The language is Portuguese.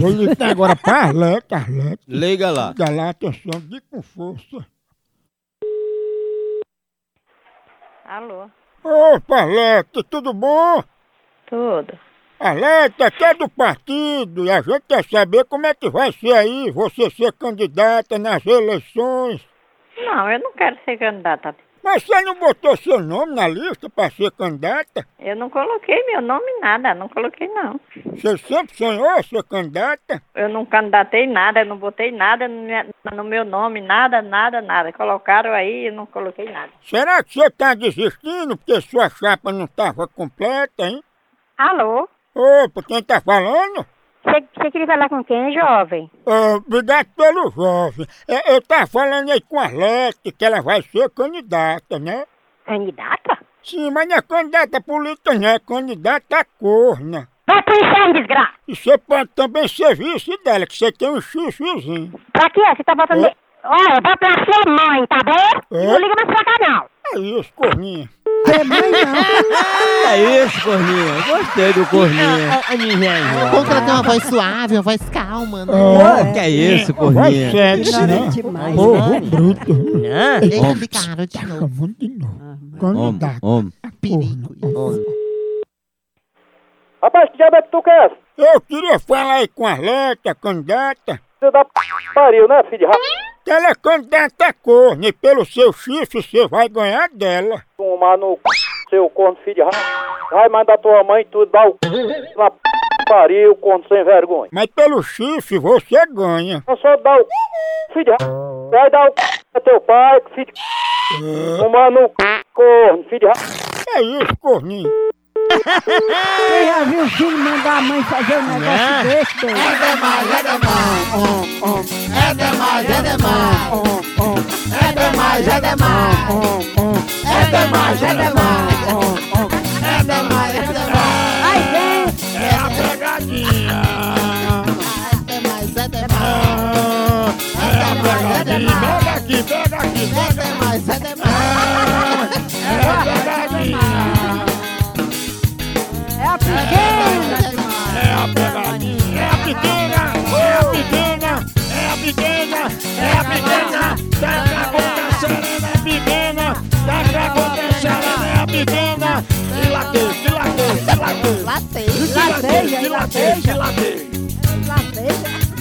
Vou ligar agora para Arlete, Arlete. Liga lá. Dá lá atenção, diga com força. Alô, Opa, Arlete, tudo bom? tudo. Arlete, aqui é do partido e a gente quer saber como é que vai ser aí você ser candidata nas eleições. Não, eu não quero ser candidata. Mas você não botou seu nome na lista para ser candidata? Eu não coloquei meu nome em nada, não coloquei não. Você sempre sonhou ser candidata? Eu não candidatei nada, eu não botei nada no minha- no meu nome, nada, nada, nada. Colocaram aí e eu não coloquei nada. Será que você está desistindo porque sua chapa não estava completa, hein? Alô? Opa, quem tá falando? Você queria falar com quem, jovem? Ah, obrigado pelo jovem. É, eu tava falando aí com a Arlete, que ela vai ser candidata, né? É Candidata? Sim, mas não é candidata política, não, é candidata corna. Vai pro inferno, desgraça! E você pode também ser vice dela, que você tem um chuchuzinho. Pra quê? Você tá botando... Ô. Olha, vai pra ser mãe, tá bom? Ô. Não liga mais pra cá, não. É isso, corninha. É isso, Corninha. Gostei do Corninha. Bom que ela tem uma voz suave, uma voz calma, né? Pô, que é isso, Vai Corninha? sexy, né? demais, Porro bruto. Deixa de cara é de Tá novo, bom de novo. Homem, Candidata. homem. perigo. Rapaz, que diabo é que tu quer? Eu queria falar aí com a Arlete, a candidata. Filho da p... pariu, né, filho de rap... Que ela é candidata corna e pelo seu chifre você vai ganhar dela. Tomar no c... seu corno, filho de rap... Vai mandar tua mãe tudo, dá o c... na p... pariu, corno sem vergonha. Mas pelo chifre você ganha. Não só dá o c... filho de rap... Vai dar o c... a teu pai, que filho de c... Tomar no c... corno, filho de rap... É isso, corninho. Você já viu o filho mandar a mãe fazer um negócio desse, doido? É Ah, é Pega aqui, pega aqui, pega mais, é demais. É a pegadinha. É a pequena, é a pequena, é a pequena, é a pequena. Tá pra acontecer, é a pequena. Tá pra acontecer, é a pequena. Dilatei, dilatei, dilatei. Latei. Lateja, Dilatei, dilatei, dilatei. lateja.